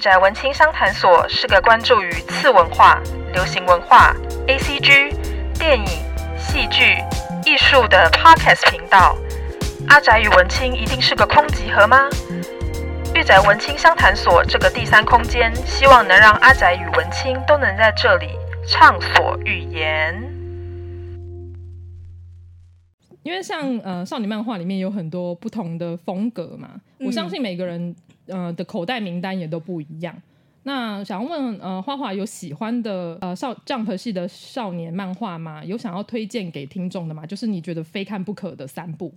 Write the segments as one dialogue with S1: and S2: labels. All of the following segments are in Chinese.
S1: 宅文青商谈所是个关注于次文化、流行文化、A C G、电影、戏剧、艺术的 podcast 频道。阿宅与文青一定是个空集合吗？御宅文青商谈所这个第三空间，希望能让阿宅与文青都能在这里畅所欲言。
S2: 因为像呃少女漫画里面有很多不同的风格嘛，
S3: 嗯
S2: 我相信每个人呃的口袋名单也都不一样。那想要问呃花花有喜欢的呃少 Jump 系的少年漫画吗？有想要推荐给听众的吗？就是你觉得非看不可的三部？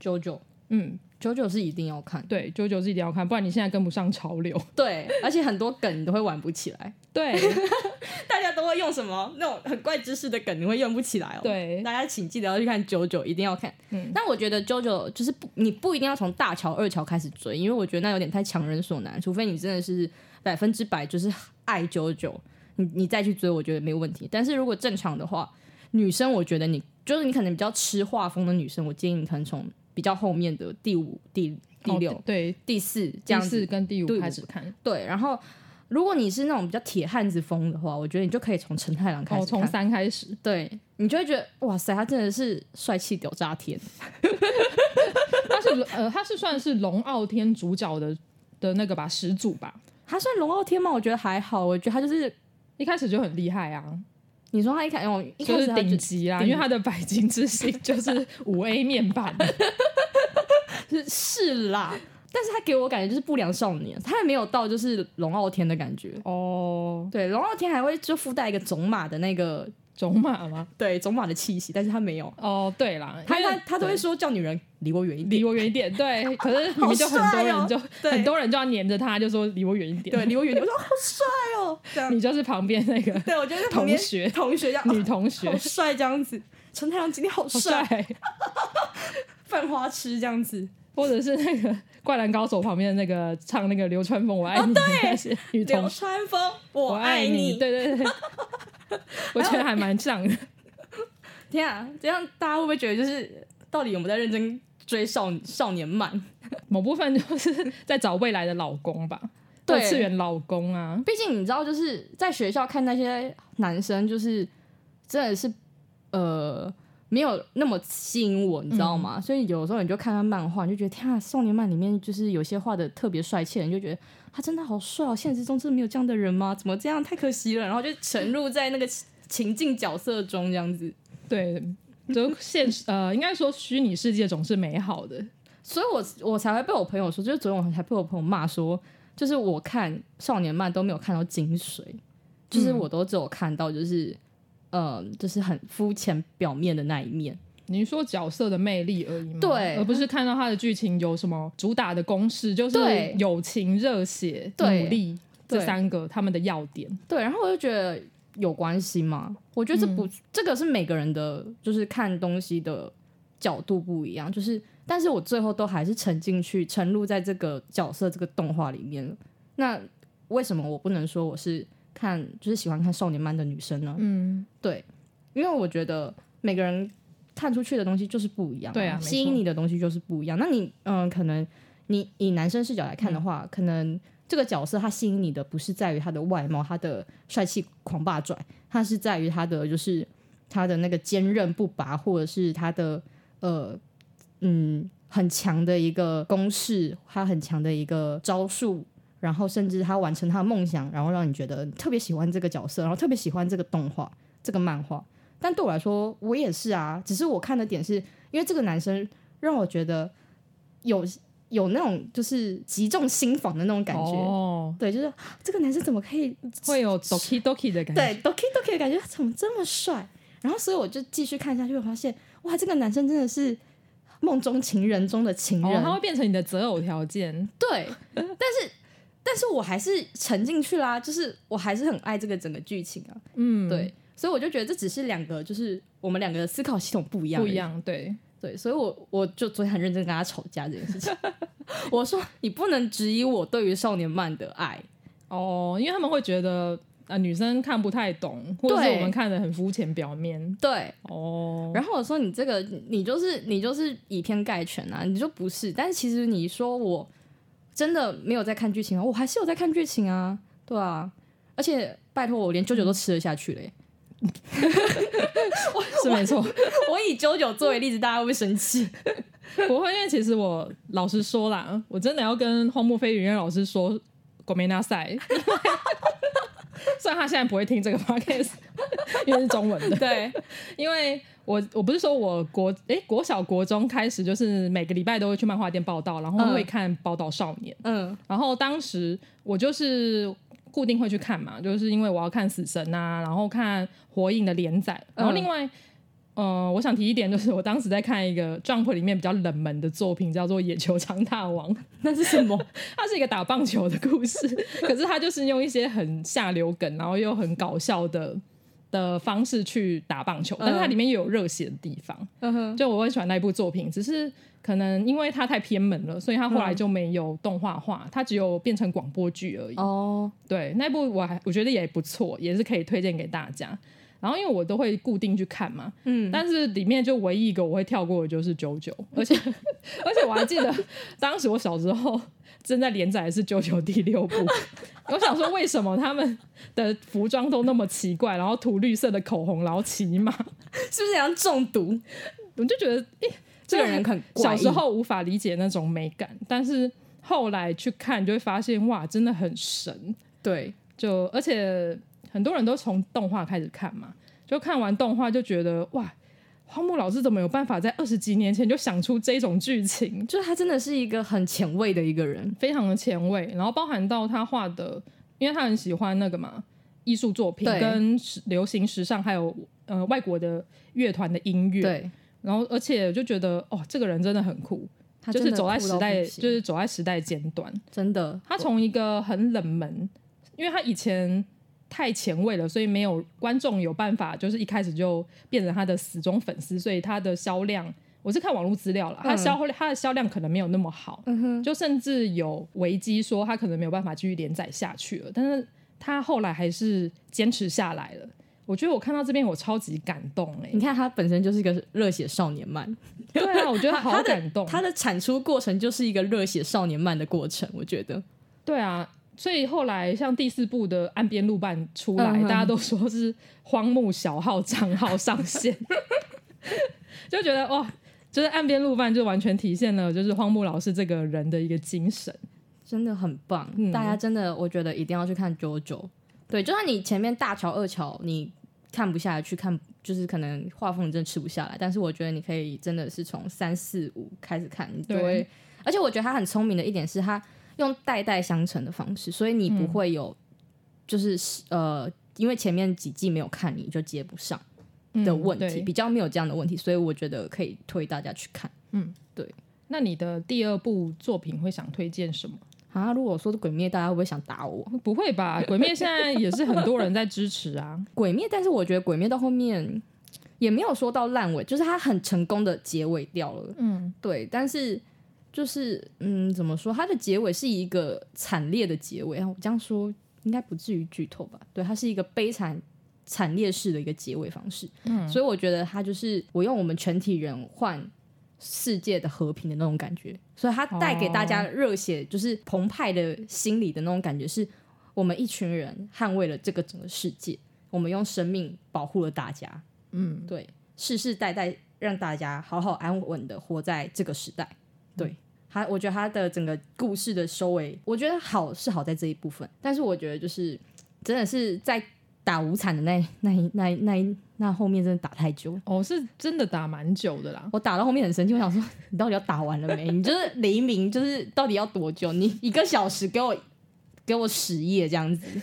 S3: 九九
S2: 嗯，
S3: 九九是一定要看，
S2: 对，九九是一定要看，不然你现在跟不上潮 流。
S3: 对，而且很多梗你都会玩不起来，
S2: 对
S3: 大家都会用什么那种很怪知识的梗，你会用不起来哦。
S2: 对
S3: 大家请记得要去看九九，一定要看。
S2: 嗯
S3: 但我觉得九九就是不，你不一定要从大乔、二乔开始追，因为我觉得那有点太强人所难，除非你真的是百分之百就是爱九九，你你再去追，我觉得没有问题。但是如果正常的话，女生我觉得你就是你可能比较吃画风的女生，我建议你可能从比较后面的第五、第 第六、
S2: 哦对
S3: 第四这
S2: 第
S3: 样子
S2: 四跟第
S3: 第
S2: 五
S3: 五
S2: 开始看，哦
S3: 对，然后如果你是那种比较铁汉子风的话，我觉得你就可以从陈太郎开
S2: 哦，
S3: 始看。
S2: 从三开始，
S3: 对你就会觉得哇塞，他真的是帅气屌炸天。
S2: 他是呃他是算是龙傲天主角的的那个吧始祖吧，
S3: 他算龙傲天吗？我觉得还好，我觉得他就是
S2: 一开始就很厉害啊，
S3: 你说他一开始，哦一开
S2: 就
S3: 始
S2: 是
S3: 他
S2: 顶级啦，
S3: 顶
S2: 因为他的百金之星就是 五 A 面板，
S3: 是是啦，但是他给我感觉就是不良少年，他还没有到就是龙傲天的感觉。
S2: 哦，
S3: 对，龙傲天还会就附带一个种马的那个
S2: 种马吗？
S3: 对种马的气息，但是他没有，
S2: 哦，对啦，
S3: 他
S2: 因为
S3: 他他都会说叫女人离我远一点
S2: 离。我远一点，对，可是明明就很多人就、
S3: 对
S2: 很多人就要黏着他，就说离我远一点，
S3: 哦对，离我远一点。我说好 帅哦，这样
S2: 你就是旁边 那个
S3: 对，我觉得旁
S2: 同
S3: 边
S2: 学
S3: 同学这样，
S2: 女同学
S3: 好，帅这样子。陈太郎今天好
S2: 好
S3: 帅，
S2: 帅，
S3: 犯花痴这样子。
S2: 或者是那个灌篮高手旁边那个唱那个流川枫我爱你、的那些女
S3: 哦流
S2: 同学。
S3: 川枫，
S2: 我
S3: 我
S2: 爱
S3: 爱
S2: 你，
S3: 你。
S2: 对对对，我觉得还蛮像的。
S3: 天啊，这样大家会不会觉得就是到底有没有在认真追少少年漫？
S2: 某部分就是在找未来的老公吧，
S3: 对
S2: 二次元老公啊，
S3: 毕竟你知道，就是在学校看那些男生，就是真的是呃没有那么吸引我，你知道吗？所以有时候你就看看漫画，你就觉得天啊，少年漫里面就是有些画的特别帅气的，你就觉得他真的好帅哦，现实中真的没有这样的人吗？怎么这样？太可惜了。然后就沉入在那个情情境角色中，这样子。
S2: 对，就现实呃，应该说虚拟世界总是美好的。
S3: 所以我我才会被我朋友说，就是昨天我才被我朋友骂说，就是我看少年漫都没有看到精髓，就是我都只有看到就是，呃，就是很肤浅表面的那一面。
S2: 你说角色的魅力而已嘛，
S3: 对
S2: 而不是看到他的剧情有什么主打的公式，就是
S3: 对
S2: 友情、热血、
S3: 对
S2: 努力
S3: 对
S2: 这三个他们的要点。
S3: 对，然后我就觉得有关系吗？我觉得这不，这个是每个人的就是看东西的角度不一样，就是，但是我最后都还是沉进去，沉入在这个角色这个动画里面了。那为什么我不能说我是看就是喜欢看少年漫的女生呢？
S2: 嗯，
S3: 对，因为我觉得每个人看出去的东西就是不一样、
S2: 对啊没错
S3: 吸引你的东西就是不一样。那你嗯，可能你以男生视角来看的
S2: 嗯
S3: 话，可能这个角色他吸引你的不是在于他的外貌、他的帅气狂霸拽，他是在于他的就是他的那个坚韧不拔，或者是他的呃嗯很强的一个攻势，他很强的一个招数。然后甚至他完成他的梦想，然后让你觉得特别喜欢这个角色，然后特别喜欢这个动画。这个漫画。但对我来说，我也是啊，只是我看的点是因为这个男生让我觉得有有那种就是击中心房的那种感觉。
S2: 哦，哎
S3: 对，就是啊这个男生怎么可以
S2: 会有 doki doki 的感觉。
S3: 对 doki doki 的感觉，他怎么这么帅？然后，所以我就继续看下去，我发现哇，这个男生真的是梦中情人中的情
S2: 哦，
S3: 人，
S2: 它会变成你的择偶条件。
S3: 对， 但是但是我还是沉进去啦，就是我还是很爱这个整个剧情啊，
S2: 嗯，
S3: 对，，所以我就觉得这只是两个，就是我们两个的思考系统不一样，
S2: 不一。样，对，
S3: 对，所以我我就昨天很认真跟他吵架这件事 情，我说你不能质疑我对于少年漫的爱，
S2: 哦，因为他们会觉得啊、呃女生看不太懂，或者是
S3: 对
S2: 我们看的很肤浅表面。
S3: 对。
S2: 哦，
S3: 然后我说你这个，你就是你就是以偏概全啊，你就不是。但是其实你说我真的没有在看剧情啊，我还是有在看剧情啊，对啊，而且拜托我连九九都吃得下去了耶。
S2: 是没错。
S3: 我以九九作为例子，大家会不会生气？
S2: 不会，因为其实我老实说啦，我真的要跟荒木飞云老师说，国美纳赛，因为 虽然他现在不会听这个 podcast，因为是中文的，
S3: 对，
S2: 因为我我不是说我国诶、国小国中开始就是每个礼拜都会去漫画店报道，然后会
S3: 嗯
S2: 看《宝岛少年》
S3: 嗯
S2: 然后当时我就是固定会去看嘛，就是因为我要看《死神》啊，然后看《火影》的连载，然后另外。呃，我想提一点，就是我当时在看一个 Jump 里面比较冷门的作品，叫做《野球长大王》，那是什么？它是一个打棒球的故事，可是它就是用一些很下流梗，然后又很搞笑的的方式去打棒球，但是它
S3: 嗯
S2: 里面也有热血的地方。
S3: 嗯哼，
S2: 就我会喜欢那一部作品，只是可能因为它太偏门了，所以它后来
S3: 嗯
S2: 就没有动画化，它只有变成广播剧而已。
S3: 哦，
S2: 对，那部我还我觉得也不错，也是可以推荐给大家。然后因为我都会固定去看嘛，
S3: 嗯，
S2: 但是里面就唯一一个我会跳过的就是九九，而 且而且我还记得当时我小时候正在连载的是九九第六部， 我想说为什么他们的服装都那么奇怪，然后涂绿色的口红，然后骑马，
S3: 是不是想中毒？
S2: 我就觉得
S3: 这个人很怪
S2: 小
S3: 异
S2: 时候无法理解那种美感，但是后来去看你就会发现，哇，真的很神。
S3: 对，
S2: 就而且很多人都从动画开始看嘛，就看完动画就觉得哇，荒木老师怎么有办法在二十几年前就想出这种剧情，
S3: 就是他真的是一个很前卫的一个人。
S2: 非常的前卫。然后包含到他画的，因为他很喜欢那个嘛艺术作品
S3: 对
S2: 跟时流行时尚，还有呃外国的乐团的音乐。
S3: 对，
S2: 然后而且就觉得哦，这个人真的很酷，
S3: 他
S2: 就
S3: 真
S2: 是
S3: 的
S2: 走在
S3: 酷
S2: 时
S3: 到
S2: 代，
S3: 不行
S2: 就是走在时代尖端。
S3: 真的，
S2: 他从一个很冷门，因为他以前太前卫了，所以没有观众有办法，就是一开始就变成他的死忠粉丝，所以他的销量，我是看网络资料
S3: 嗯
S2: 了，他销、他的销量可能没有那么好，就甚至有危机说他可能没有办法继续连载下去了，但是他后来还是坚持下来了。我觉得我看到这边我超级感动哎、
S3: 你看他本身就是一个热血少年漫，
S2: 对啊，我觉得好
S3: 他
S2: 感动，
S3: 的他的产出过程就是一个热血少年漫的过程，我觉得。
S2: 对啊，所以后来像第四部的岸边露伴出来，
S3: 嗯哼
S2: 大家都说是荒木小号账号上线， 就觉得哇，就是岸边露伴就完全体现了就是荒木老师这个人的一个精神。
S3: 真的很棒，
S2: 嗯
S3: 大家真的我觉得一定要去看 JoJo。对，就算你前面大乔二乔你看不下来，去看就是可能画风你真的吃不下来，但是我觉得你可以真的是从三四五开始看，你就会
S2: 对。
S3: 而且我觉得他很聪明的一点是他用代代相承的方式，所以你不会有就是、呃，因为前面几季没有看你就接不上
S2: 嗯
S3: 的问题，
S2: 对
S3: 比较没有这样的问题，所以我觉得可以推大家去看。
S2: 那你的第二部作品会想推荐什么？
S3: 啊，如果我说的《鬼灭》，大家会不会想打我？
S2: 不会吧，《鬼灭》现在也是很多人在支持啊。
S3: 鬼灭，但是我觉得鬼灭到后面也没有说到烂尾，就是它很成功的结尾掉了。
S2: 嗯，
S3: 对，但是就是嗯，怎么说？它的结尾是一个惨烈的结尾，我这样说应该不至于剧透吧？对，它是一个悲惨。惨烈式的一个结尾方式，
S2: 嗯
S3: 所以我觉得它就是我用我们全体人换世界的和平的那种感觉，所以它带给大家热血，就是澎湃的心理的那种感觉，是我们一群人捍卫了这个整个世界，我们用生命保护了大家。 嗯，对，世世代代让大家好好安稳的活在这个时代。对，他我觉得他的整个故事的收尾，我觉得好是好在这一部分，但是我觉得就是真的是在打无惨的那那一那一那一那后面真的打太久了。
S2: 哦，是真的打蛮久的啦。
S3: 我打到后面很生气，我想说你到底要打完了没？你就是黎明，就是到底要多久？你一个小时给我给我十页这样子，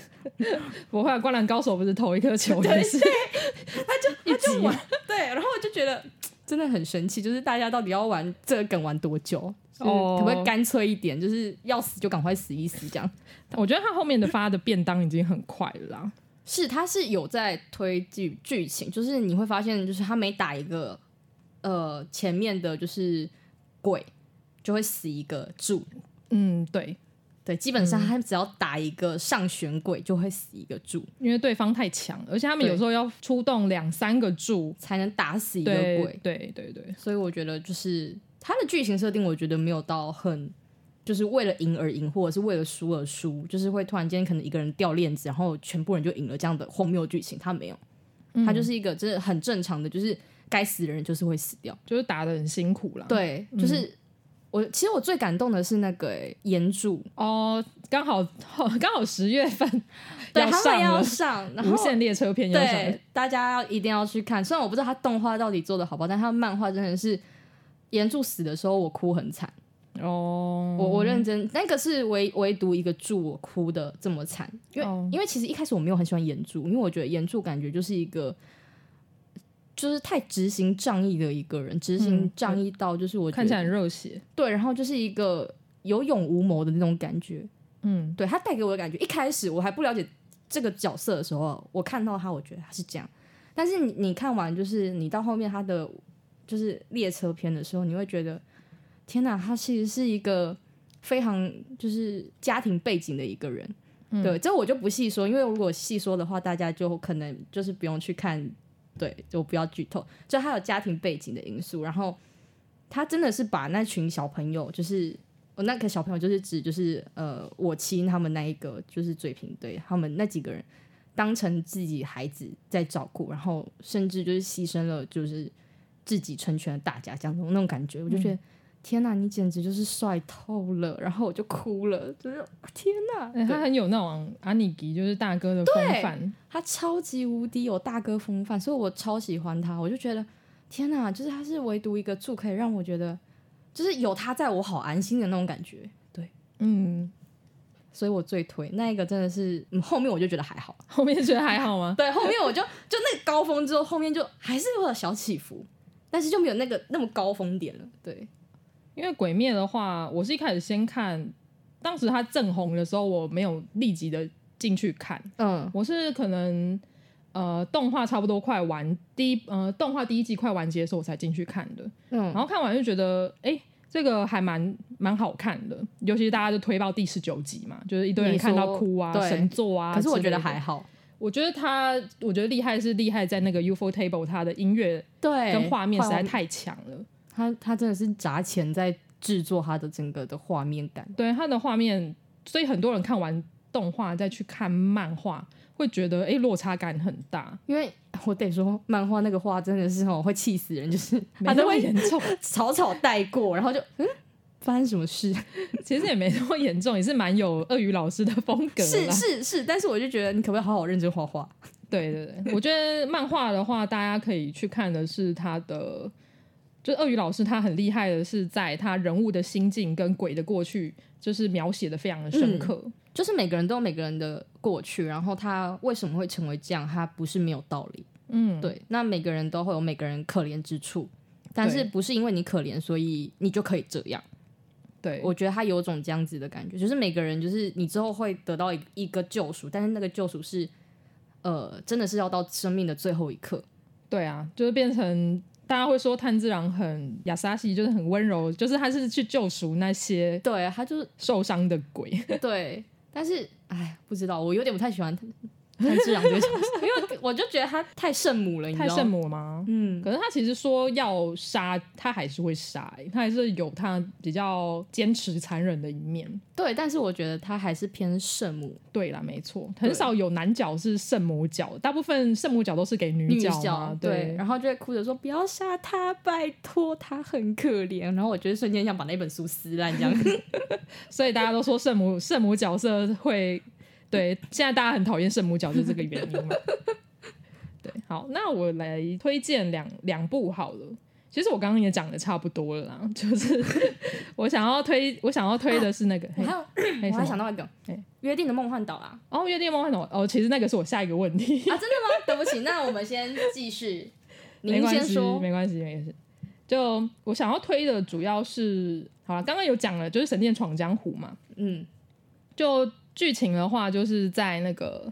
S2: 不会、啊，《灌篮高手》不是投一颗球也 是
S3: 他就
S2: 集
S3: 玩对，然后我就觉得真的很生气，就是大家到底要玩这个梗玩多久？就是
S2: 哦
S3: 可不可以干脆一点？就是要死就赶快死一死，这样
S2: 我觉得他后面的发的便当已经很快了啦。
S3: 是他是有在推剧剧情，就是你会发现，就是他每打一个呃前面的就是鬼就会死一个柱，
S2: 嗯，对，
S3: 对，基本上他只要打一个上旋鬼就会死一个柱，
S2: 因为对方太强，而且他们有时候要出动两三个柱，
S3: 才能打死一个
S2: 对
S3: 鬼。
S2: 对对对，
S3: 所以我觉得就是它的剧情设定，我觉得没有到很就是为了赢而赢，或者是为了输而输，就是会突然间可能一个人掉链子，然后全部人就赢了这样的荒谬剧情。他没有，
S2: 嗯
S3: 他就是一个就是很正常的，就是该死的人就是会死掉。
S2: 就是打的很辛苦啦。，
S3: 对，就是。
S2: 嗯
S3: 我其实我最感动的是那个欸岩柱，
S2: 哦，刚好刚好十月份
S3: 对，他
S2: 上
S3: 们要
S2: 了。
S3: 上，然后
S2: 无限列车篇要上了
S3: 对，大家要一定要去看。虽然我不知道他动画到底做的好不好，但他漫画真的是岩柱死的时候我哭很惨，
S2: 哦，
S3: 我我认真，那个是唯唯独一个柱我哭的这么惨，因为、
S2: 哦
S3: 因为其实一开始我没有很喜欢岩柱，因为我觉得岩柱感觉就是一个。就是太执行仗义的一个人，执行
S2: 嗯
S3: 仗义到就是我觉得
S2: 看起来很热血，
S3: 对，然后就是一个有勇无谋的那种感觉，
S2: 嗯，
S3: 对他带给我的感觉，一开始我还不了解这个角色的时候，我看到他，我觉得他是这样。但是你你看完，就是你到后面他的就是列车篇的时候，你会觉得天哪，他其实是一个非常就是家庭背景的一个人。对，这我就不细说，因为如果细说的话，大家就可能就是不用去看，对，就不要剧透。就他有家庭背景的因素，然后他真的是把那群小朋友，就是我那个小朋友，就是指就是呃，我亲他们那一个，就是嘴平对他们那几个人，当成自己孩子在照顾，然后甚至就是牺牲了，就是自己成全了大家这样那种那种感觉，我就觉得。天呐，你简直就是帅透了！然后我就哭了，就是天呐，
S2: 哎
S3: 对
S2: 他很有那种阿尼基，就是大哥的风范，
S3: 他超级无敌有大哥风范，所以我超喜欢他。我就觉得天哪，就是他是唯独一个柱可以让我觉得，就是有他在我好安心的那种感觉。对，
S2: 嗯，
S3: 所以我最推那一个真的是、嗯后面我就觉得还好。
S2: 后面觉得还好吗？
S3: 对，后面我就就那个高峰之后，后面就还是有小起伏，但是就没有那个那么高峰点了。对，
S2: 因为《鬼灭》的话，我是一开始先看，当时它正红的时候，我没有立即的进去看，
S3: 嗯
S2: 我是可能呃动画差不多快完第一呃动画第一季快完结的时候，我才进去看的。然
S3: 嗯，
S2: 后看完就觉得，哎、这个还蛮蛮好看的，尤其是大家就推到第十九集嘛，就是一堆人
S3: 你
S2: 看到
S3: 说
S2: 哭啊、
S3: 对
S2: 神作啊。
S3: 可是我觉得
S2: 之类的
S3: 还，好。
S2: 我觉得他，我觉得厉害是厉害在那个 UFO Table，它的音乐
S3: 对，
S2: 跟画面实在太强了。
S3: 他他真的是砸钱在制作他的整个的画面感。
S2: 对它的画面，所以很多人看完动画再去看漫画，会觉得哎、诶落差感很大，
S3: 因为我得说，漫画那个画真的是哦，会气死人，就是
S2: 没那
S3: 他都
S2: 么
S3: 会
S2: 严重。
S3: 草草带过，然后就嗯，发生什么事？
S2: 其实也没那么严重，也是蛮有鳄鱼老师的风格啦。
S3: 是是是，但是我就觉得你可不可以好好认真画画？
S2: 对对对，我觉得漫画的话，大家可以去看的是他的，就是鳄鱼老师他很厉害的是在他人物的心境跟鬼的过去，就是描写的非常的
S3: 嗯
S2: 深刻。
S3: 就是每个人都有每个人的过去，然后他为什么会成为这样，他不是没有道理。
S2: 嗯，
S3: 对，那每个人都会有每个人可怜之处，但是
S2: 对
S3: 不是因为你可怜，所以你就可以这样。
S2: 对，
S3: 我觉得他有种这样子的感觉，就是每个人就是你之后会得到一一个救赎，但是那个救赎是呃，真的是要到生命的最后一刻。
S2: 对啊，就是变成大家会说炭治郎很亚沙西，就是很温柔，就是他是去救赎那些
S3: 对，他就是
S2: 受伤的鬼。
S3: 对，但是哎，不知道，我有点不太喜欢炭炭治郎这个角色， 因为我就觉得他太圣母了， 你知
S2: 太
S3: 道
S2: 圣
S3: 吗？
S2: 母了吗？
S3: 嗯，
S2: 可是他其实说要杀，他还是会杀、欸他还是有他比较坚持残忍的一面。
S3: 对，但是我觉得他还是偏圣母
S2: 对啦，没错，很少有男角是圣母角，大部分圣母角都是给女
S3: 女
S2: 角
S3: 角
S2: 嘛，，
S3: 对，然后就会哭着说不要杀他，拜托，他很可怜。然后我觉得瞬间想把那本书撕烂 这样。
S2: 所以大家都说圣母圣母角色会，对，现在大家很讨厌圣母角，就是这个原因嘛。 对，好，那我来推荐两两部好了。其实我刚刚也讲的差不多了啦， 就是我想要推，我想要推的是那个，
S3: 我
S2: 嘿
S3: 还有，
S2: 嘿
S3: 我还
S2: 什
S3: 想
S2: 么
S3: 到一个
S2: 嘿
S3: 约定的梦幻岛啊，
S2: 哦，月电梦幻岛哦，其实那个是我下一个问题，
S3: 啊，真的吗？对不起，那我们先继 续。
S2: 没
S3: 您
S2: 关
S3: 先
S2: 系，
S3: 说，
S2: 没关系，没关系。就我想要推的主要是，好了，刚刚有讲了，就是《神殿闯江湖》嘛。
S3: 嗯，
S2: 就剧情的话，就是在那个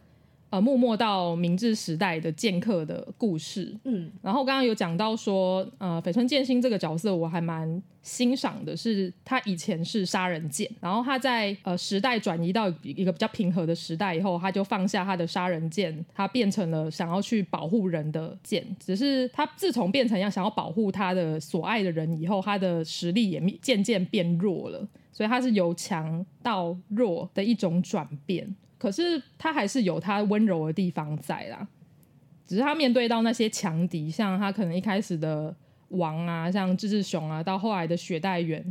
S2: 呃幕末到明治时代的剑客的故事。
S3: 嗯
S2: 然后刚刚有讲到说，呃，绯村剑心这个角色我还蛮欣赏的是，他以前是杀人剑，然后他在呃时代转移到一个比较平和的时代以后，他就放下他的杀人剑，他变成了想要去保护人的剑。只是他自从变成要想要保护他的所爱的人以后，他的实力也渐渐变弱了，所以他是由强到弱的一种转变。啊可是他还是有他温柔的地方在啦，只是他面对到那些强敌，像他可能一开始的王啊，像志志雄啊，到后来的雪代缘，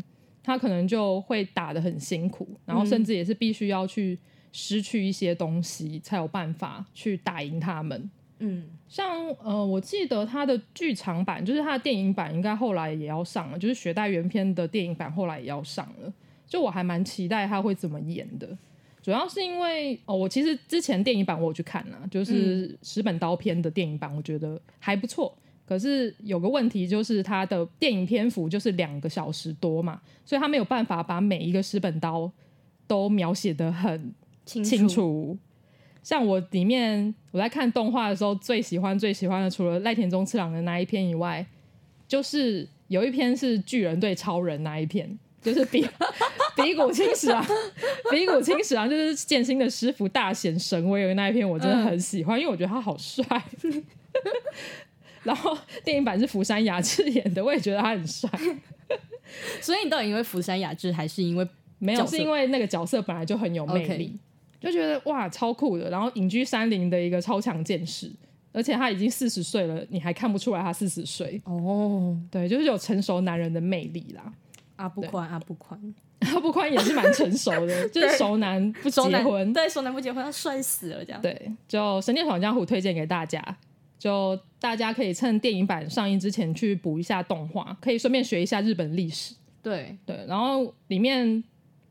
S2: 他可能就会打得很辛苦，然后甚至也是必须要去失去一些东西，才有办法去打赢他们。
S3: 嗯
S2: 像呃，我记得他的剧场版，就是他的电影版，应该后来也要上了，就是雪代原片的电影版后来也要上了。就我还蛮期待他会怎么演的，主要是因为哦，我其实之前电影版我有去看啦，就是石本刀片的电影版，我觉得还不错。可是有个问题就是它的电影篇幅就是两个小时多嘛，所以他没有办法把每一个石本刀都描写的很
S3: 清
S2: 清楚。像我里面我在看动画的时候，最喜欢最喜欢的，除了赖田中次郎的那一篇以外，就是有一篇是巨人对超人那一篇， 就是比比古清史啊， 比古清史啊，就是剑心的师傅大显神威的那一篇，我真的很喜欢，因为我觉得他好帅。 然后电影版是福山雅治演的，我也觉得他很帅。
S3: 所以你到底因为福山雅治，还是因为
S2: 没有，
S3: 角色
S2: 是因为那个角色本来就很有魅力
S3: OK
S2: 就觉得哇超酷的。然后隐居山林的一个超强剑士，而且他已经四十岁了，你还看不出来他四十岁。
S3: 哦
S2: 对，就是有成熟男人的魅力啦。
S3: 阿不宽阿不宽
S2: 他不宽也是蛮成熟 的，就是熟男不结
S3: 熟男
S2: 婚。
S3: 对熟男不结婚，他帅死了这样。
S2: 对，就《神剑闯江湖》推荐给大家，就大家可以趁电影版上映之前去补一下动画，可以顺便学一下日本历史。
S3: 对，
S2: 对，然后里面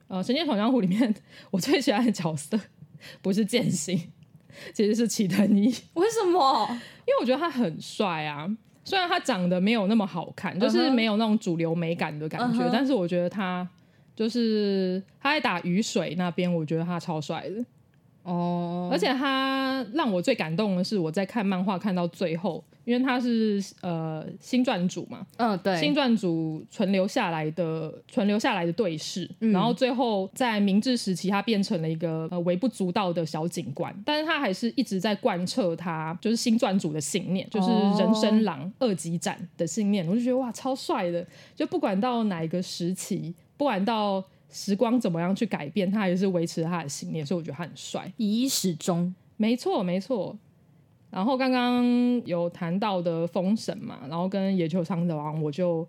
S2: 呃，《神剑闯江湖》里面 我最喜欢的角色不是剑心，其实是齐藤一，因
S3: 为什么？
S2: 为我觉得他很帅啊。虽然他长得没有那么好看，就是
S3: 嗯哼
S2: 没有那种主流美感的感觉
S3: 嗯哼
S2: 但是我觉得他就是他在打雨水那边，我觉得他超帅
S3: 嗯
S2: 的。
S3: 哦
S2: 而且他让我最感动的是，我在看漫画看到最后，因为他是呃新撰主嘛，
S3: 嗯对，
S2: 新撰组存留下来的存留下来的队士，
S3: 嗯
S2: 然后最后在明治时期，他变成了一个呃微不足道的小警官，但是他还是一直在贯彻他就是新撰组的信念，就是人生狼二级斩的信念。我就觉得哇，超帅的！就不管到哪一个时期，不管到时光怎么样去改变，他还是维持他的信念，所以我觉得他很帅。
S3: 以一始终。
S2: 没错，没错。然后刚刚有谈到的《封神》嘛，然后跟《野球长者王》，我就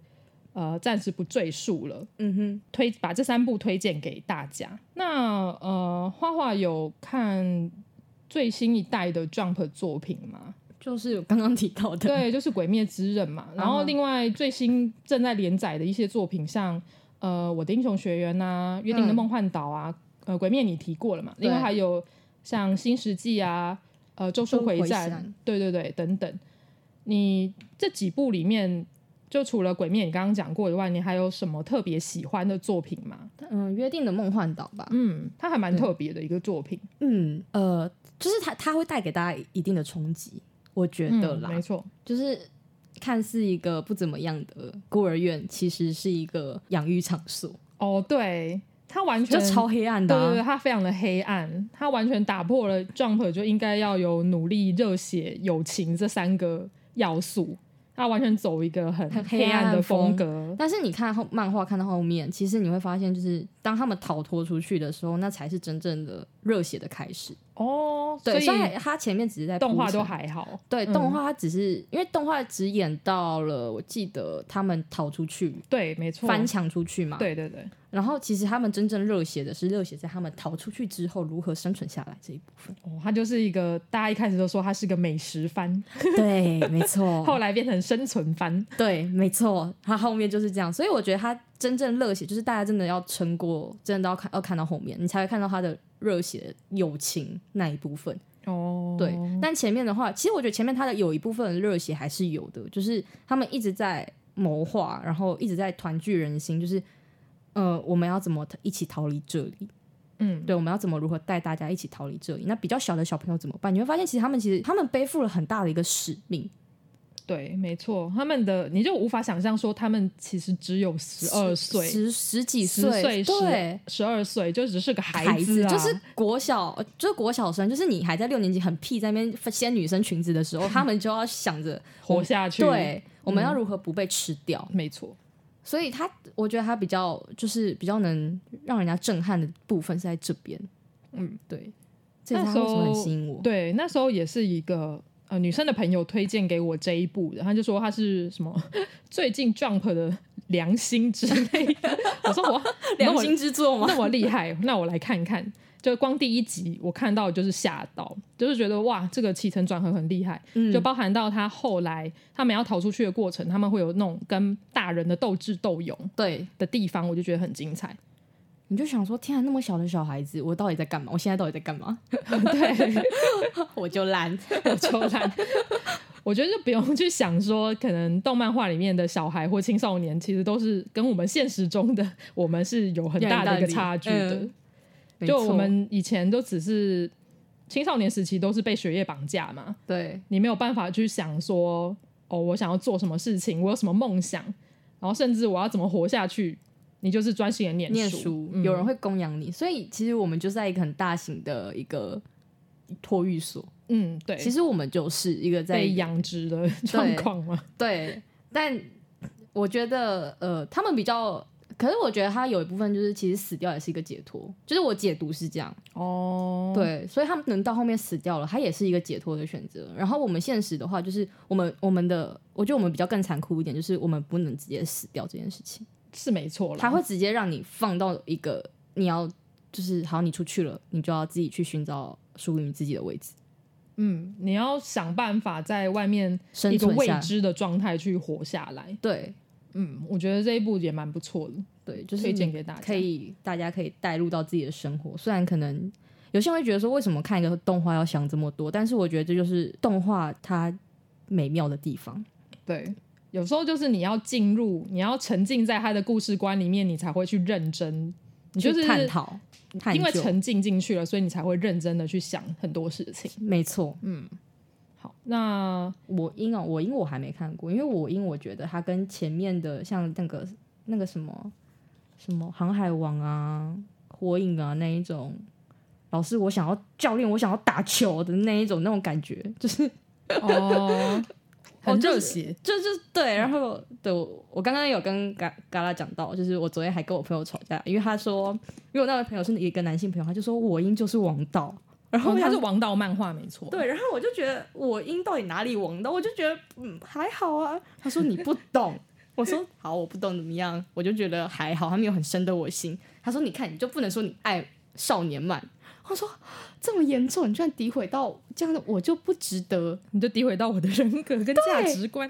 S2: 呃暂时不赘述了，
S3: 嗯哼，
S2: 推把这三部推荐给大家。那呃，花花有看最新一代的 Jump 作品吗？
S3: 就是刚刚提 到的，
S2: 对，就是《鬼灭之刃》嘛。然
S3: 嗯
S2: 后另外最新正在连载的一些作品，像呃《我的英雄学员》呐，《约定的
S3: 嗯
S2: 梦幻岛》啊，呃《鬼灭》你提过了嘛？另外
S3: 对
S2: 还有像《新世纪》啊，呃《咒术
S3: 咒术
S2: 回
S3: 回
S2: 战》
S3: 战
S2: 对对对，等等。你这几部里面，就除了《鬼灭》你刚刚讲过以外，你还有什么特别喜欢的作品吗？
S3: 嗯，约定的梦幻岛吧。
S2: 嗯，它还蛮
S3: 对
S2: 特别的一个作品，
S3: 嗯，呃，就是它它会带给大家一定的冲击，我觉得
S2: 嗯
S3: 啦，
S2: 没错，
S3: 就是看似一个不怎么样的孤儿院，其实是一个养育场所，
S2: 哦，对，它完
S3: 就
S2: 全
S3: 超黑暗的、
S2: 对对对，
S3: 啊。
S2: 它非常的黑暗，它完全打破了 Jump 就应该要有努力、热血、友情这三个要素，它完全走一个很
S3: 很
S2: 黑
S3: 黑
S2: 暗的
S3: 暗
S2: 风
S3: 风
S2: 格。
S3: 但是你看后漫画看到后面，其实你会发现，就是当他们逃脱出去的时候，那才是真正的热血的开始。
S2: 哦，
S3: 对，
S2: 所
S3: 虽
S2: 以
S3: 然它前面只是在
S2: 动画
S3: 铺
S2: 都
S3: 陈
S2: 还好。
S3: 对，
S2: 嗯
S3: 动画它只是、因为动画只演到了，我记得他们逃出去
S2: 对，没错，
S3: 翻墙出去嘛，
S2: 对对对，
S3: 然后其实他们真正热血的是热血在他们逃出去之后如何生存下来这一部分。
S2: 哦，它就是一个大家一开始都说它是个美食番，
S3: 对，没 错，
S2: 后来变成生存番。
S3: 对，没错，他后面就是这样。所以我觉得他真正热血就是大家真的要撑过，真的都要看要看到后面，你才会看到他的热血友情那一部分。
S2: 哦，
S3: 对，但前面的话，其实我觉得前面他的有一部分热血还是有的，就是他们一直在谋划，然后一直在团聚人心，就是呃，我们要怎么一起逃离这里。
S2: 嗯，
S3: 对，我们要怎么如何带大家一起逃离这里？那比较小的小朋友怎么办？你会发现，其实他们其实他们背负了很大的一个使命。
S2: 对，没错，他们的你就无法想象说他们其实只有十二岁、
S3: 十十几
S2: 十
S3: 岁，
S2: 岁、
S3: 对
S2: 十，十二岁，就只是个
S3: 孩
S2: 子啊，
S3: 就是国小，就是国小生，就是你还在六年级很屁，在那边掀女生裙子的时候，他们就要想着
S2: 活下去。，
S3: 嗯对，我们要如何不被吃掉？
S2: 没错，
S3: 所以他，我觉得他比较就是比较能让人家震撼的部分是在这边。
S2: 嗯，
S3: 对，这也
S2: 那
S3: 是他
S2: 时
S3: 为什么很
S2: 候
S3: 吸引我。
S2: 对，那时候也是一个呃女生的朋友推荐给我这一部的，她就说她是什么 最近 Jump 的良心之类的，我说我
S3: 良心之作吗？
S2: 那么厉害，那我来看看。就光第一集我看到就是吓到，就是觉得哇，这个起承转合很厉害，
S3: 嗯
S2: 就包含到他后来他们要逃出去的过程，他们会有那种跟大人的斗智斗勇
S3: 对，
S2: 的地方，我就觉得很精彩。
S3: 你就想说，天啊，那么小的小孩子，我到底在干嘛？我现在到底在干 嘛？
S2: 对，
S3: 我就懒。
S2: 我就烂。 我觉得就不用去想说，可能动漫画里面的小孩或青少年，其实都是跟我们现实中的我们是有很大的一个差距
S3: 有很大
S2: 的。
S3: 的嗯没
S2: 就
S3: 错
S2: 我们以前都只是青少年时期都是被学业绑架嘛，
S3: 对
S2: 你没有办法去想说，哦，我想要做什么事情，我有什么梦想，然后甚至我要怎么活下去，你就是专心的念
S3: 念
S2: 书
S3: 书，，
S2: 嗯
S3: 有人会供养你，所以其实我们就是在一个很大型的一个托育所。
S2: 嗯，对，
S3: 其实我们就是一个在
S2: 被养殖的状况嘛，
S3: 对，但我觉得呃，他们比较，可是我觉得他有一部分就是其实死掉也是一个解脱，就是我解读是这样，
S2: 哦，
S3: 对，所以他们能到后面死掉了，他也是一个解脱的选择。然后我们现实的话，就是我们我们的，我觉得我们比较更残酷一点，就是我们不能直接死掉这件事情，
S2: 是没错啦，
S3: 他会直接让你放到一个你要就是好，你出去了，你就要自己去寻找属于你自己的位置，
S2: 嗯，你要想办法在外面
S3: 生
S2: 一个
S3: 存
S2: 未
S3: 下。
S2: 知的状态去活下来。
S3: 对
S2: 嗯，我觉得这一部也蛮不错的，
S3: 对，就是
S2: 推
S3: 你
S2: 荐给大家。
S3: 可，以大家可以带入到自己的生活。虽然可能有些人会觉得说，为什么看一个动画要想这么多？但是我觉得这就是动画它美妙的地方。
S2: 对，有时候就是你要进入，你要沉浸在他的故事观里面，你才会去认真，你就是
S3: 去探讨、探
S2: 因为
S3: 究，
S2: 沉浸进去了，所以你才会认真的去想很多事情。
S3: 没错。
S2: 好，那
S3: 我因啊，我因我还没看过，因为我因我觉得它跟前面的像那个那个什么什么航海王啊、火影啊那一种。老师，我想要教练，我想要打球的那一种那种感觉，就是
S2: 哦，很
S3: 就是
S2: 热血，
S3: 就是对，然后对我我刚刚有跟嘎嘎啦讲到，就是我昨天还跟我朋友吵架，因为他说，因为我那位朋友是一个男性朋友，他就说我音就是王道，然后
S2: 哦
S3: 我
S2: 他
S3: 想
S2: 是王道漫画没错。
S3: 对，然后我就觉得我音到底哪里王道，我就觉得嗯还好啊，他说你不懂，我说好我不懂怎么样，我就觉得还好，他没有很深得我心，他说你看你就不能说你爱少年漫，我说这么严重，你居然诋毁到这样，我就不值得
S2: 你就诋毁到我的人格跟价值观。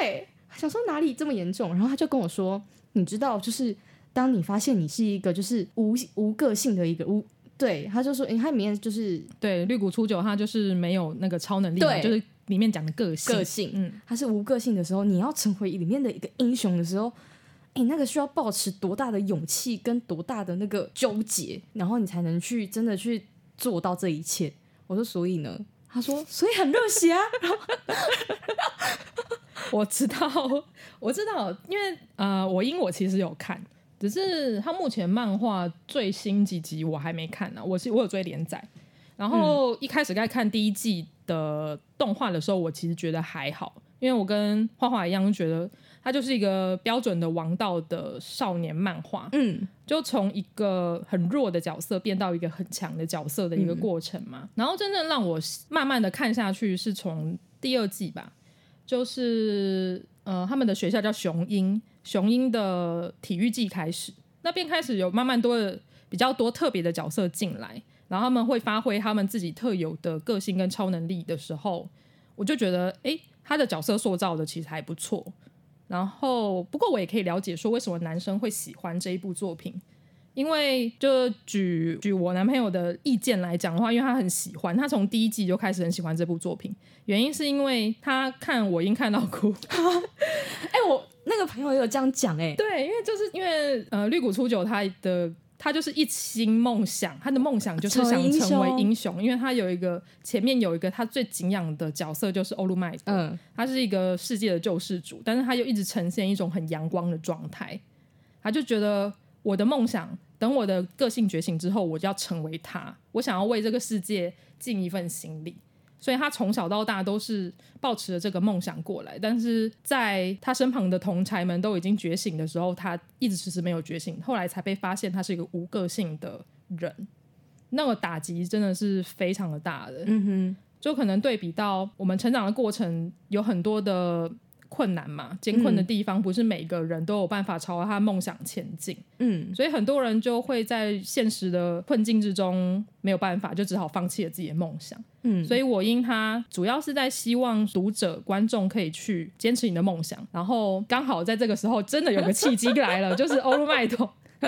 S3: 对，想说哪里这么严重，然后他就跟我说，你知道，就是当你发现你是一个就是无无个性的一个无，对，他就说，诶他里面就是
S2: 对，绿谷初九他就是没有那个超能力嘛，
S3: 对
S2: 就是里面讲的个性。
S3: 个性，
S2: 嗯，
S3: 他是无个性的时候，你要成为里面的一个英雄的时候。哎，那个需要保持多大的勇气跟多大的那个纠结，然后你才能去真的去做到这一切。我说，所以呢，他说，所以很热血啊，
S2: 我知道，我知道，因为呃，我因我其实有看，只是他目前漫画最新几集我还没看呢、我是我有追连载，然后
S3: 嗯
S2: 一开始在看第一季的动画的时候，我其实觉得还好，因为我跟画画一样，觉得它就是一个标准的王道的少年漫画，
S3: 嗯，
S2: 就从一个很弱的角色变到一个很强的角色的一个过程嘛。然后真正让我慢慢的看下去，是从第二季吧，就是呃，他们的学校叫雄鹰，雄鹰的体育季开始，那边开始有慢慢多的比较多特别的角色进来，然后他们会发挥他们自己特有的个性跟超能力的时候，我就觉得诶，他的角色塑造的其实还不错。然后，不过我也可以了解说为什么男生会喜欢这一部作品，因为就举举我男朋友的意见来讲的话，因为他很喜欢，他从第一季就开始很喜欢这部作品，原因是因为他看我已经看到 哭，
S3: 哎、我那个朋友也有这样讲、诶，哎，
S2: 对，因为就是因为呃，绿谷初九他的他就是一心梦想，他的梦想就是
S3: 成
S2: 想
S3: 英
S2: 成为
S3: 雄
S2: 英雄，因为他有一个前面有一个他最敬仰的角色就是欧露麦德，
S3: 嗯，
S2: 他是一个世界的救世主，但是他又一直呈现一种很阳光的状态。他就觉得我的梦想，等我的个性觉醒之后，我就要成为他，我想要为这个世界尽一份心力。所以他从小到大都是抱持着这个梦想过来，但是在他身旁的同才们都已经觉醒的时候，他一直迟迟没有觉醒，后来才被发现他是一个无个性的人，那个打击真的是非常的大的。
S3: 嗯哼，
S2: 就可能对比到我们成长的过程有很多的困难嘛，艰困的地方不是每个人都有办法朝他梦想前进，
S3: 嗯，
S2: 所以很多人就会在现实的困境之中没有办法，就只好放弃了自己的梦想。
S3: 嗯
S2: 所以我因他主要是在希望读者观众可以去坚持你的梦想，然后刚好在这个时候真的有个契机来了，就是欧陆麦头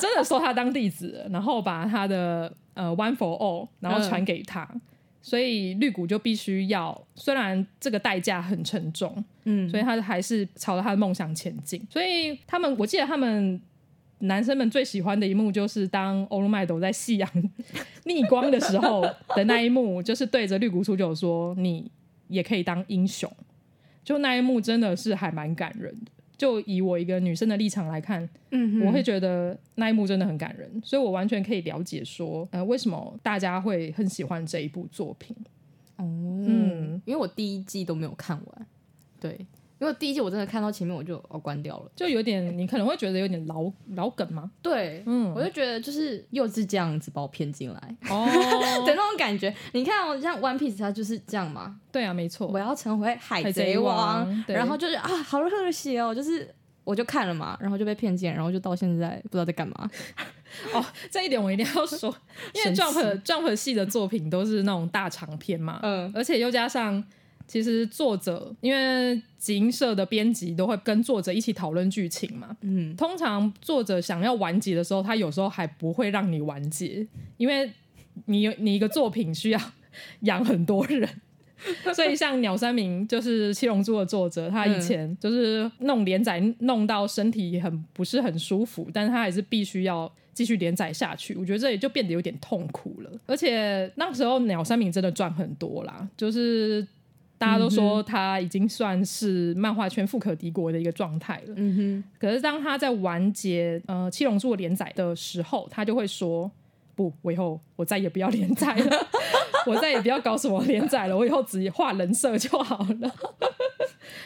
S2: 真的收他当弟子了，然后把他的呃 One for All 然后传给他。所以绿谷就必须要，虽然这个代价很沉重，
S3: 嗯
S2: 所以他还是朝着他的梦想前进。所以他们，我记得他们男生们最喜欢的一幕就是当欧鲁麦斗在夕阳逆光的时候的那一幕，就是对着绿谷初九说：“你也可以当英雄。”就那一幕真的是还蛮感人的。就以我一个女生的立场来看，
S3: 嗯
S2: 我会觉得那一幕真的很感人，所以我完全可以了解说，呃，为什么大家会很喜欢这一部作品。
S3: 哦，
S2: 嗯
S3: 嗯，因为我第一季都没有看完，对，因为第一季我真的看到前面我就哦关掉了，
S2: 就有点，你可能会觉得有点老老梗吗？
S3: 对，
S2: 嗯
S3: 我就觉得就是又是这样子把我骗进来
S2: 哦，
S3: 的那种感觉。你看、哦，像 One Piece 它就是这样嘛，
S2: 对啊，没错
S3: 我。要成为海
S2: 海贼
S3: 贼
S2: 王
S3: 王，
S2: 对
S3: 然后就是啊，好热血哦，就是。我就看了嘛，然后就被骗进来，然后就到现在不知道在 干嘛。
S2: 哦，这一点我一定要说，因为
S3: 神奇
S2: Jump Jump 系的作品都是那种大长篇嘛，
S3: 嗯
S2: 而且又加上。其实作者因为集英社的编辑都会跟作者一起讨论剧情嘛，
S3: 嗯，
S2: 通常作者想要完结的时候，他有时候还不会让你完结，因为你有你一个作品需要养很多人。 所以，像鸟山明就是《七龙珠》的作者，他以前就是弄连载弄到身体很不是很舒服，但是他还是必须要继续连载下去。我觉得这也就变得有点痛苦了。而且那时候鸟山明真的赚很多啦，就是大家都说他已经算是漫画圈富可敌国的一个状态了。
S3: 嗯
S2: 可是当他在完结呃《七龙珠》的连载的时候，他就会说：“不，我以后我再也不要连载了， 我再也不要搞什么连载了，我以后只画人设就好 了。”
S3: 哼，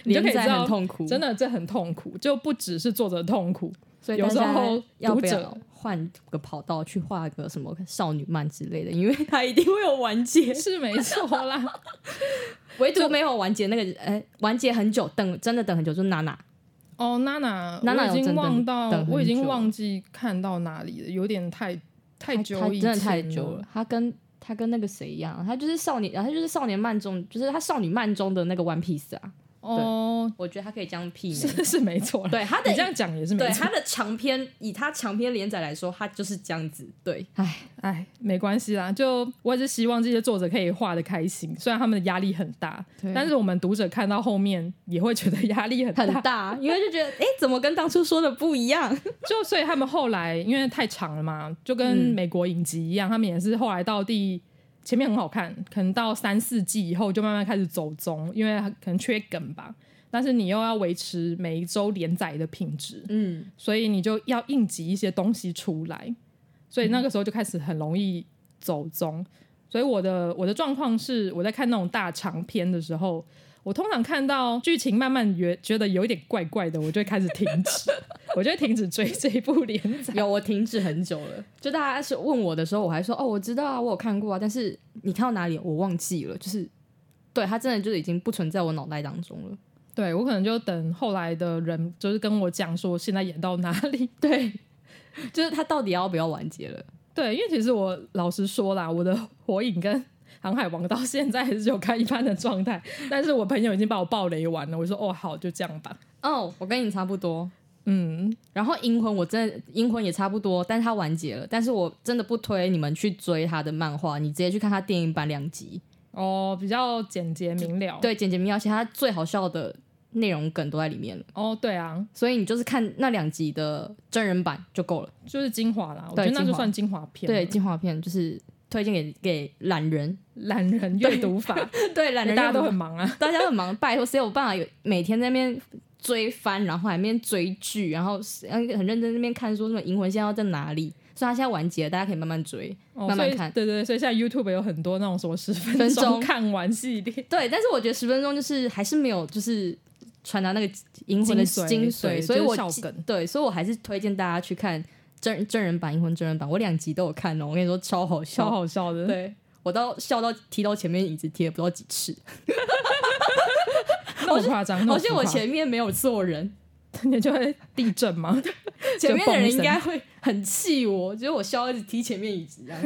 S2: 你就可以知
S3: 连载
S2: 道
S3: 很，痛苦，
S2: 真。的这很痛苦，就不只是作者痛苦，
S3: 所以
S2: 有
S3: 大
S2: 时
S3: 家
S2: 候
S3: 要
S2: 读
S3: 不
S2: 者
S3: 要换个跑道去画个什么少女漫之类的？因为它一定会有完结，
S2: 是没错啦。
S3: 唯独没有完结那个，哎、完结很久，等真的等很久，就是娜娜。
S2: 哦，娜娜，
S3: 娜娜
S2: 我已
S3: 有
S2: 经
S3: 真的
S2: 忘到
S3: 等，很
S2: 我已经
S3: 久
S2: 忘记看到哪里了，有点太太久
S3: 他
S2: 以
S3: 真的太
S2: 前
S3: 久了。。他跟他跟那个谁一样，他就是少年，然后他就是少年漫中，就是他少女漫中的那个 One Piece 啊。
S2: 哦，
S3: 我觉得他可以这样媲
S2: 是
S3: 美。
S2: 是没错啦，
S3: 对他的
S2: 你这样讲也是没
S3: 对
S2: 错
S3: 他。的长篇，以他长篇连载来说，他就是这样子。对，唉，
S2: 哎，没关系啦，就我也是希望这些作者可以画的开心，虽然他们的压力很大，
S3: 对
S2: 但是我们读者看到后面也会觉得压力很大。
S3: 很 大，因为就觉得，哎，怎么跟当初说的不一样？
S2: 就所以他们后来因为太长了嘛，就跟
S3: 嗯
S2: 美国影集一样，他们也是后来到第前面很好看，可能到三四季以后就慢慢开始走中，因为可能缺梗吧。但是你又要维持每一周连载的品质，
S3: 嗯，
S2: 所以你就要应急一些东西出来，所以那个时候就开始很容易走中。所以我的我的状况是，我在看那种大长篇的时候，我通常看到剧情慢慢觉觉得有一点怪怪的，我就会开始停 止，我就会停止追这一部连载。
S3: 有我停止很久了。就大家是问我的时候，我还说，哦，我知道啊，我有看过啊，但是你看到哪里我忘记了，就是。对他真的就是已经不存在我脑袋当中了。
S2: 对我可能就等后来的人就是跟我讲说现在演到哪里。
S3: 对，就是他到底要不要完结了？
S2: 对，因为其实我老实说啦，我的火影跟航海王到现在还是只有看一般的状态，但是我朋友已经把我爆雷完了，我说哦好就这样吧。
S3: 哦，我跟你差不多。
S2: 嗯，
S3: 然后《银魂》我真的《银魂》也差不多，但是它完结了。但是我真的不推你们去追它的漫画，你直接去看它电影版两集，
S2: 哦，比较简洁明了。，
S3: 对，简洁明了。而且它最好笑的内容梗都在里面了，
S2: 哦，对啊，
S3: 所以你就是看那两集的真人版就够了。
S2: 就是精华啦，我觉
S3: 对
S2: 得那
S3: 精
S2: 就
S3: 华
S2: 算精华片了。
S3: 对，精华片就是推荐给给懒人，
S2: 懒人阅读法，
S3: 对懒
S2: 大
S3: 人
S2: 家都
S3: 阅读
S2: 很忙啊。
S3: 大家很忙，拜托谁有办法有每天在那边追番，然后还在那边追剧，然后呃很认真在那边看说什么《银魂》现在要在哪里？所以它现在完结了，大家可以慢慢追。
S2: 哦
S3: 慢
S2: 所
S3: 慢
S2: 以
S3: 看
S2: 对对对，所以现在 YouTube 有很多那种什么十分
S3: 分
S2: 钟
S3: 钟
S2: 看完系列，
S3: 对，但是我觉得十分钟就是还是没有就是传达那个《银魂》的
S2: 精髓
S3: 精
S2: 对
S3: 髓，所以
S2: 就是
S3: 我
S2: 笑梗
S3: 对，所以我还是推荐大家去看真真人版《银魂》真人版，我两集都有看哦，我跟你说 超好笑，
S2: 超好笑的。，
S3: 对。我到笑到踢到前面椅子踢了不知道几 次，
S2: 那么夸张，那
S3: 好
S2: 么
S3: 像我
S2: 浮夸
S3: 前面没有坐 人，
S2: 你就会地震吗？
S3: 前面的
S2: 就蹦
S3: 人
S2: 一
S3: 应
S2: 声
S3: 该会很气我，觉得我笑到一直踢前面椅子这样。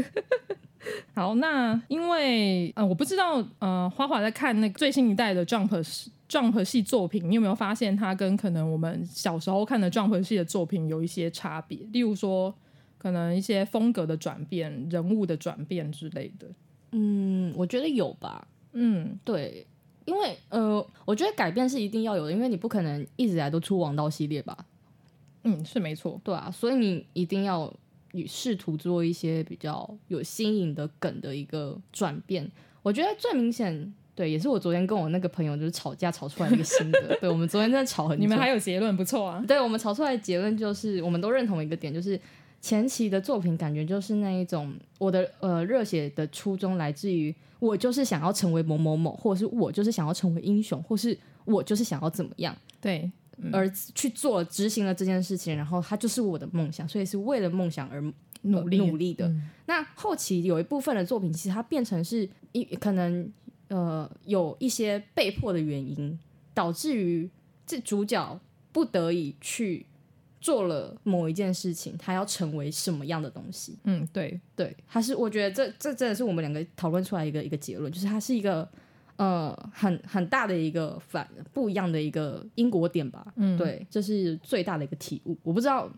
S2: 好，那因为呃，我不知道呃，花花在看那个最新一代的 Jump 系 Jump 系作品，你有没有发现它跟可能我们小时候看的 Jump 系的作品有一些差别？例如说，可能一些风格的转变、人物的转变之类的。
S3: 嗯，我觉得有吧。
S2: 嗯，
S3: 对，因为呃，我觉得改变是一定要有的，因为你不可能一直以来都出王道系列吧？
S2: 嗯，是没错。
S3: 对啊，所以你一定要你试图做一些比较有新颖的梗的一个转变。我觉得最明显，对，也是我昨天跟我那个朋友就是吵架吵出来的一个心 得。对，我们昨天真的吵很久。
S2: 你们还有结论，不错啊。
S3: 对我们吵出来的结论就是，我们都认同一个点，就是前期的作品感觉就是那一种我的呃热血的初衷来自于我就是想要成为某某某，或者是我就是想要成为英雄，或是我就是想要怎么样，
S2: 对，
S3: 而去做了执行了这件事情，然后它就是我的梦想，所以是为了梦想而
S2: 努力
S3: 呃努力的。
S2: 嗯
S3: 那后期有一部分的作品，其实它变成是一可能呃有一些被迫的原因，导致于这主角不得已去做了某一件事情，他要成为什么样的东西？
S2: 嗯，对，
S3: 对，他是我觉得这这真的是我们两个讨论出来一个一个结论，就是它是一个呃很很大的一个反不一样的一个因果点吧。
S2: 嗯，。
S3: 对，这是最大的一个体悟。我不知道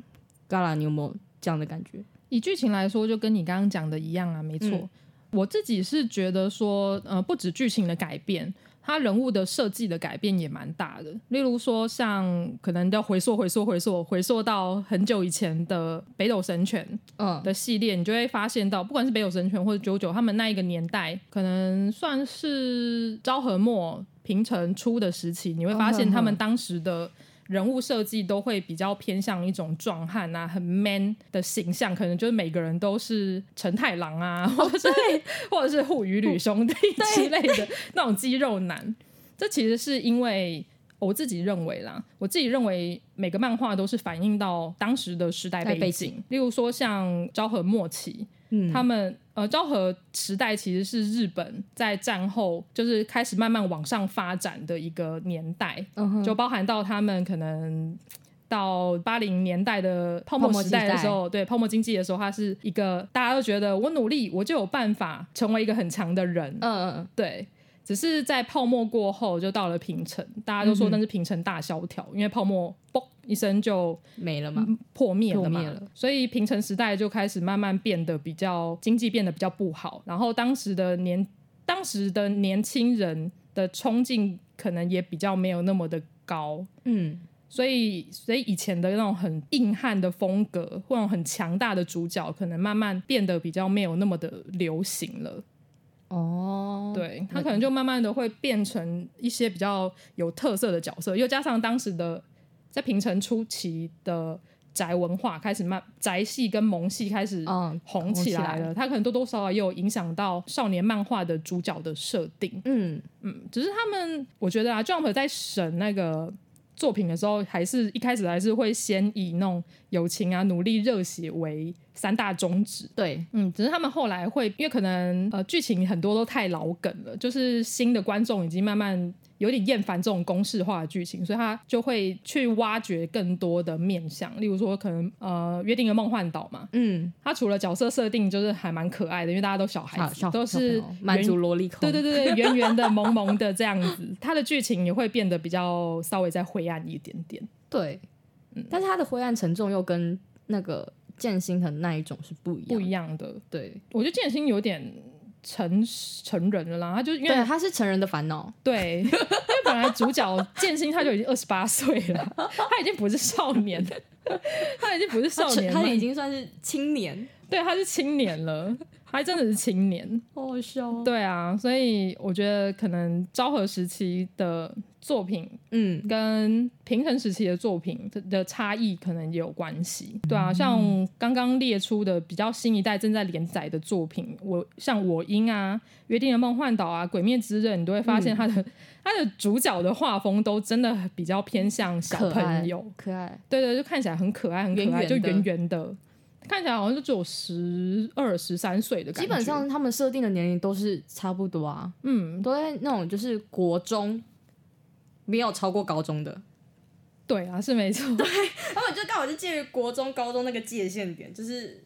S3: Gala 你有没有这样的感觉？
S2: 以剧情来说，就跟你刚刚讲的一样啊，没错。
S3: 嗯
S2: 我自己是觉得说，呃，不止剧情的改变，它人物的设计的改变也蛮大的。例如说，像可能要回溯、回溯、回溯、回溯到很久以前的北斗神拳
S3: 嗯，
S2: 的系列，你就会发现到，不管是北斗神拳或者九九，他们那一个年代，可能算是昭和末平成初的时期，你会发现他们当时的。人物设计都会比较偏向一种壮汉啊，很 man 的形象，可能就是每个人都是陈太郎啊，或者是、或者是护宇吕兄弟之类的那种肌肉男。这其实是因为我自己认为啦，我自己认为每个漫画都是反映到当时的时代
S3: 代
S2: 背
S3: 背
S2: 景，例如说像昭和末期，
S3: 嗯
S2: 他们呃昭和时代其实是日本在战后就是开始慢慢往上发展的一个年代，
S3: 嗯哼
S2: 就包含到他们可能。到八零年代的泡
S3: 泡
S2: 沫
S3: 沫
S2: 时代的
S3: 时代
S2: 时候，对泡沫经济的时候，它是一个大家都觉得我努力我就有办法成为一个很强的人，
S3: 嗯嗯。
S2: 对，只是在泡沫过后就到了平成，大家都说
S3: 嗯哼
S2: 那是平成大萧条，因为泡沫嘣一声就
S3: 没嗯了嘛。
S2: 破灭了嘛
S3: 破灭了
S2: 所以平成时代就开始慢慢变得比较经济变得比较不好，然后当时的年当时的年轻人的冲劲可能也比较没有那么的高，
S3: 嗯，
S2: 所以，所以以前的那种很硬汉的风格，或那种很强大的主角，可能慢慢变得比较没有那么的流行了。
S3: 哦，
S2: 对他可能就慢慢的会变成一些比较有特色的角色，又加上当时的在平成初期的宅文化开始慢宅系跟萌系开始
S3: 嗯
S2: 红起来
S3: 红起
S2: 了，他可能多多少少也有影响到少年漫画的主角的设定。
S3: 嗯，
S2: 嗯，只是他们我觉得啊，Jump 在审那个。作品的时候，还是一开始还是会先以那种友情啊、努力、热血为三大宗旨，
S3: 对，
S2: 嗯，只是他们后来会，因为可能呃剧情很多都太老梗了，就是新的观众已经慢慢有点厌烦这种公式化的剧情，所以他就会去挖掘更多的面向，例如说可能呃《约定的梦幻岛》嘛，
S3: 嗯，
S2: 它除了角色设定就是还蛮可爱的，因为大家都小孩
S3: 小
S2: 子，
S3: 小
S2: 都
S3: 小
S2: 是
S3: 朋友满
S2: 圆
S3: 足。萝莉控，
S2: 对对对对，圆圆的、萌萌的这样子，它的剧情也会变得比较稍微再灰暗一点点。
S3: 对，但是它的灰暗沉重又跟那个剑心的那一种是不一样，
S2: 不一样的，
S3: 对，
S2: 我觉得剑心有点成成人了啦，他就因为
S3: 对，啊他是成人的烦恼，
S2: 对， 因为本来主角剑心他就已经二十八岁了，他已经不是少年，他已经不是少
S3: 他成
S2: 年了
S3: 他，已经算是青年，
S2: 对，他是青年了，他真的是青年。
S3: 好好笑哦。
S2: 对啊，所以我觉得可能昭和时期的作品
S3: 嗯，
S2: 跟平成时期的作品的差异可能也有关系。对
S3: 嗯
S2: 啊，像刚刚列出的比较新一代正在连载的作品，我像《我英》啊，《约定的梦幻岛》啊，《鬼灭之刃》，你都会发
S3: 嗯
S2: 现它的、 它的主角的画风都真的比较偏向小朋友。
S3: 可爱，
S2: 对对，就看起来很可爱，很可爱，
S3: 圆圆的
S2: 就圆圆的。看起来好像就只有十二、十三岁的感觉。
S3: 基本，上他们设定的年龄都是差不多啊，
S2: 嗯，
S3: 都在那种就是国中，没有超过高中的，
S2: 对啊，是没错。
S3: 他们就刚好是介于国中、高中那个界限点，就是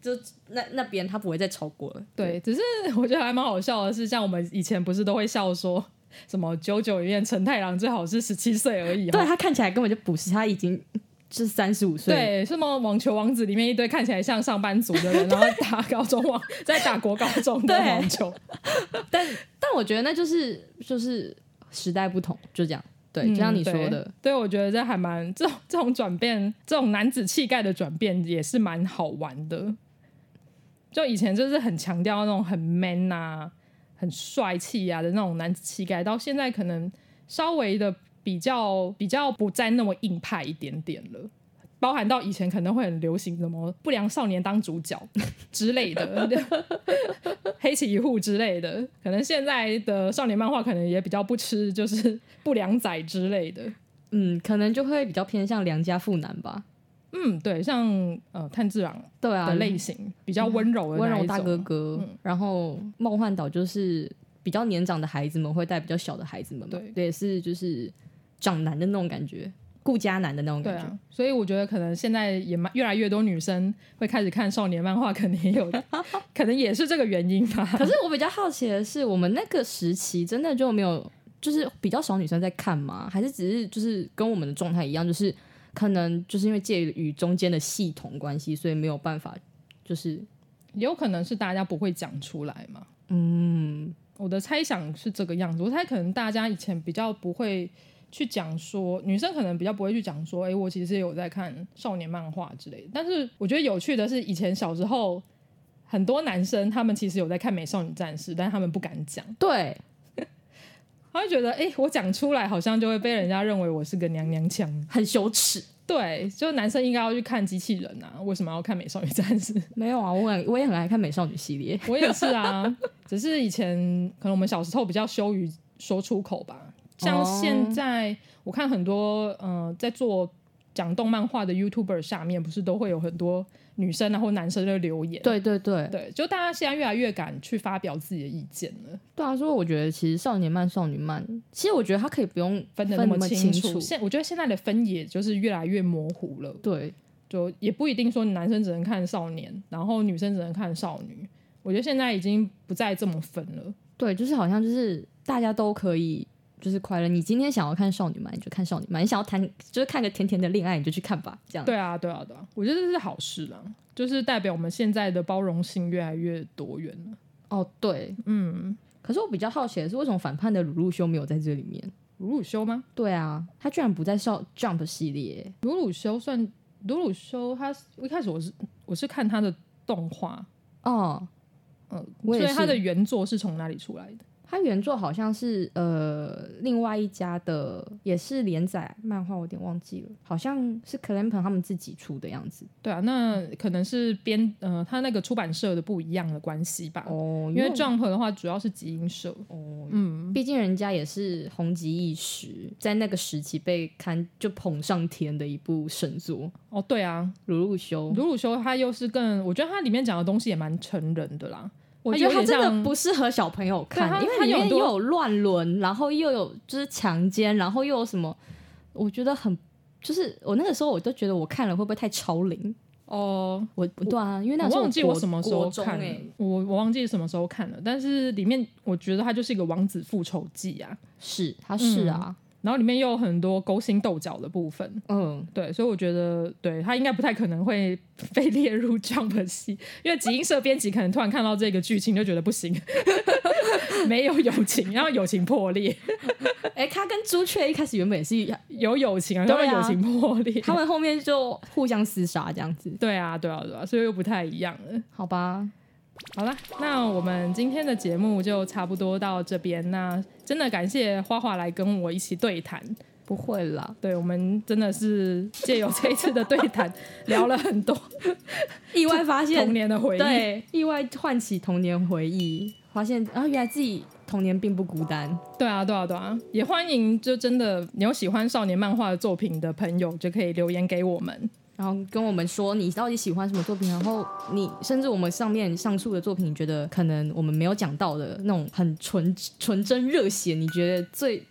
S3: 就那那边他不会再超过了。
S2: 对，只是 我觉得还蛮好笑的是，像我们以前不是都会笑说什么九九里面陈太郎最好是十七岁而已哦，
S3: 对他看起来根本就不是，他已经是三十五岁。，
S2: 对，什么网球王子里面一堆看起来像上班族的人，然后打高中网， 在打国高中的
S3: 对
S2: 网球，
S3: 但我觉得那就是就是时代不同，就这样。对，
S2: 嗯
S3: 就像你说的，
S2: 对，对我觉得这还蛮这种这种转变，这种男子气概的转变也是蛮好玩的。就以前就是很强调那种很 man 啊、很帅气啊的那种男子气概，到现在可能稍微的比较比较不再那么硬派一点点了。包含到以前可能会很流行什么不良少年当主角之类的， 黑崎一护之类的，可能现在的少年漫画可能也比较不吃就是不良仔之类的。
S3: 嗯，可能就会比较偏向良家妇男吧。
S2: 嗯，对，像呃炭治郎
S3: 对啊
S2: 的，类型，比较温柔的
S3: 嗯温
S2: 那
S3: 柔
S2: 一
S3: 大
S2: 种啊嗯
S3: 哥哥，然后梦幻岛就是比较年长的孩子们会带比较小的孩子们嘛，
S2: 对
S3: 也是就是长男的那种感觉，顾家男的那种
S2: 对
S3: 感觉。
S2: 啊，所以我觉得可能现在也蛮越来越多女生会开始看少年漫画，可能也 有，可能也是这个原因吧。
S3: 可是我比较好奇的是，我们那个时期真的就没有，就是比较少女生在看吗？还是只是就是跟我们的状态一样，就是可能就是因为介于中间的系统关系，所以没有办法，就是
S2: 也有可能是大家不会讲出来嘛。嗯，我的猜想是这个样子。我猜可能大家以前比较不会去讲说，女生可能比较不会去讲说，哎、我其实有在看少年漫画之类的。但是我觉得有趣的是，以前小时候很多男生他们其实有在看《美少女战士》，但他们不敢讲，
S3: 对
S2: 他会觉得，哎、我讲出来好像就会被人家认为我是个娘娘腔。
S3: 很羞耻。
S2: 对，就男生应该要去看机器人啊，为什么要看《美少女战士》？
S3: 没有啊，我很我也很爱看美少女系列。
S2: 我也是啊，只是以前可能我们小时候比较羞于说出口吧。像
S3: 哦
S2: 现在，我看很多呃，在做讲动漫画的 YouTuber 下面，不是都会有很多女生然后男生的留言。
S3: 对对对，
S2: 对，就大家现在越来越敢去发表自己的意见了，
S3: 对啊，所以我觉得其实少年漫、少女漫，其实我觉得它可以不用
S2: 分的
S3: 得
S2: 那么
S3: 清
S2: 楚。现我觉得现在的分野就是越来越模糊了，
S3: 对，
S2: 就也不一定说男生只能看少年，然后女生只能看少女。我觉得现在已经不再这么分了。
S3: 对，就是好像就是大家都可以就是快乐。你今天想要看少女漫，你就看少女漫；你想要谈就是看个甜甜的恋爱，你就去看吧。这样
S2: 对啊，对啊，对啊，我觉得这是好事啦，就是代表我们现在的包容性越来越多元了。
S3: 哦，对。
S2: 嗯，
S3: 可是我比较好奇的是，为什么反叛的鲁鲁修没有在这里面？
S2: 鲁鲁修吗？
S3: 对啊，他居然不在少 Jump 系列。
S2: 鲁鲁修算鲁鲁修他，一开始我是我是看他的动画，
S3: 哦，
S2: 嗯，
S3: 我
S2: 所
S3: 也
S2: 以他
S3: 是
S2: 的原作是从哪里出来的？
S3: 他原作好像是呃另外一家的，也是连载漫画，我有点忘记了，好像是 Clamp 他们自己出的样子。
S2: 对啊，那可能是编呃他那个出版社的不一样的关系吧。
S3: 哦，
S2: 因为 Jump 的话主要是集英社，
S3: 哦，
S2: 嗯，
S3: 毕竟人家也是红极一时，在那个时期被刊就捧上天的一部神作《
S2: 哦对啊，
S3: 鲁鲁修》。
S2: 鲁鲁修他又是更，我觉得他里面讲的东西也蛮成人的啦。
S3: 我觉得
S2: 有
S3: 它
S2: 点
S3: 真
S2: 像
S3: 的不适合小朋友
S2: 对它
S3: 看，因为
S2: 它
S3: 里
S2: 有
S3: 面
S2: 很
S3: 又
S2: 多
S3: 有乱伦，然后又有就是强奸，然后又有什么，我觉得很就是我那个时候我都觉得我看了会不会太超龄？
S2: 哦、
S3: 我不对啊，因为那个时
S2: 我
S3: 候
S2: 忘记
S3: 国
S2: 我什么时候
S3: 国中
S2: 看了，
S3: 欸
S2: 我我忘记什么时候看了，但是里面我觉得它就是一个王子复仇记啊，
S3: 是，他是啊，
S2: 然后里面又有很多勾心斗角的部分，
S3: 嗯，
S2: 对，所以我觉得对他应该不太可能会 被列入 Jump 系，因为集英社编辑可能突然看到这个剧情就觉得不行， 没有友情，然后友情破裂，
S3: 哎、他跟朱雀一开始原本也是一样，
S2: 有友情啊，
S3: 对
S2: 然
S3: 啊
S2: 后友情破裂，
S3: 他们后面就互相厮杀这样子，
S2: 对啊，对啊，对啊，所以又不太一样了。
S3: 好吧？
S2: 好啦，那我们今天的节目就差不多到这边。那真的感谢花花来跟我一起对谈，
S3: 不会啦，
S2: 对我们真的是借由这一次的对谈，聊了很 多
S3: 意外发现
S2: 童年的回忆。
S3: 对，意外唤起童年回忆，发现啊，原来自己童年并不孤单。
S2: 对啊，对啊，对啊，也欢迎就真的你有喜欢少年漫画的作品的朋友，就可以留言给我们。
S3: 然后跟我们说你到底喜欢什么作品，然后你甚至我们上面上述的作品，你觉得可能我们没有讲到的那种很纯纯真热血，你觉得最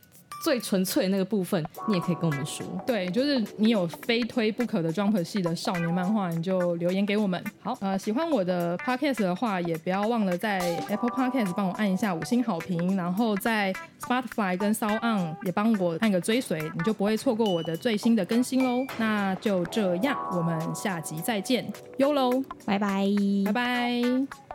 S3: 最纯粹的那个部分，你也可以跟我们说。
S2: 对，就是你有非推不可的 Jump 系的少年漫画，你就留言给我们。好，呃，喜欢我的 Podcast 的话，也不要忘了在 Apple Podcast 帮我按一下五星好评，然后在 Spotify 跟 s o u n 也帮我按个追随，你就不会错过我的最新的更新喽。那就这样，我们下集再见，y o l o
S3: 拜拜，
S2: 拜拜。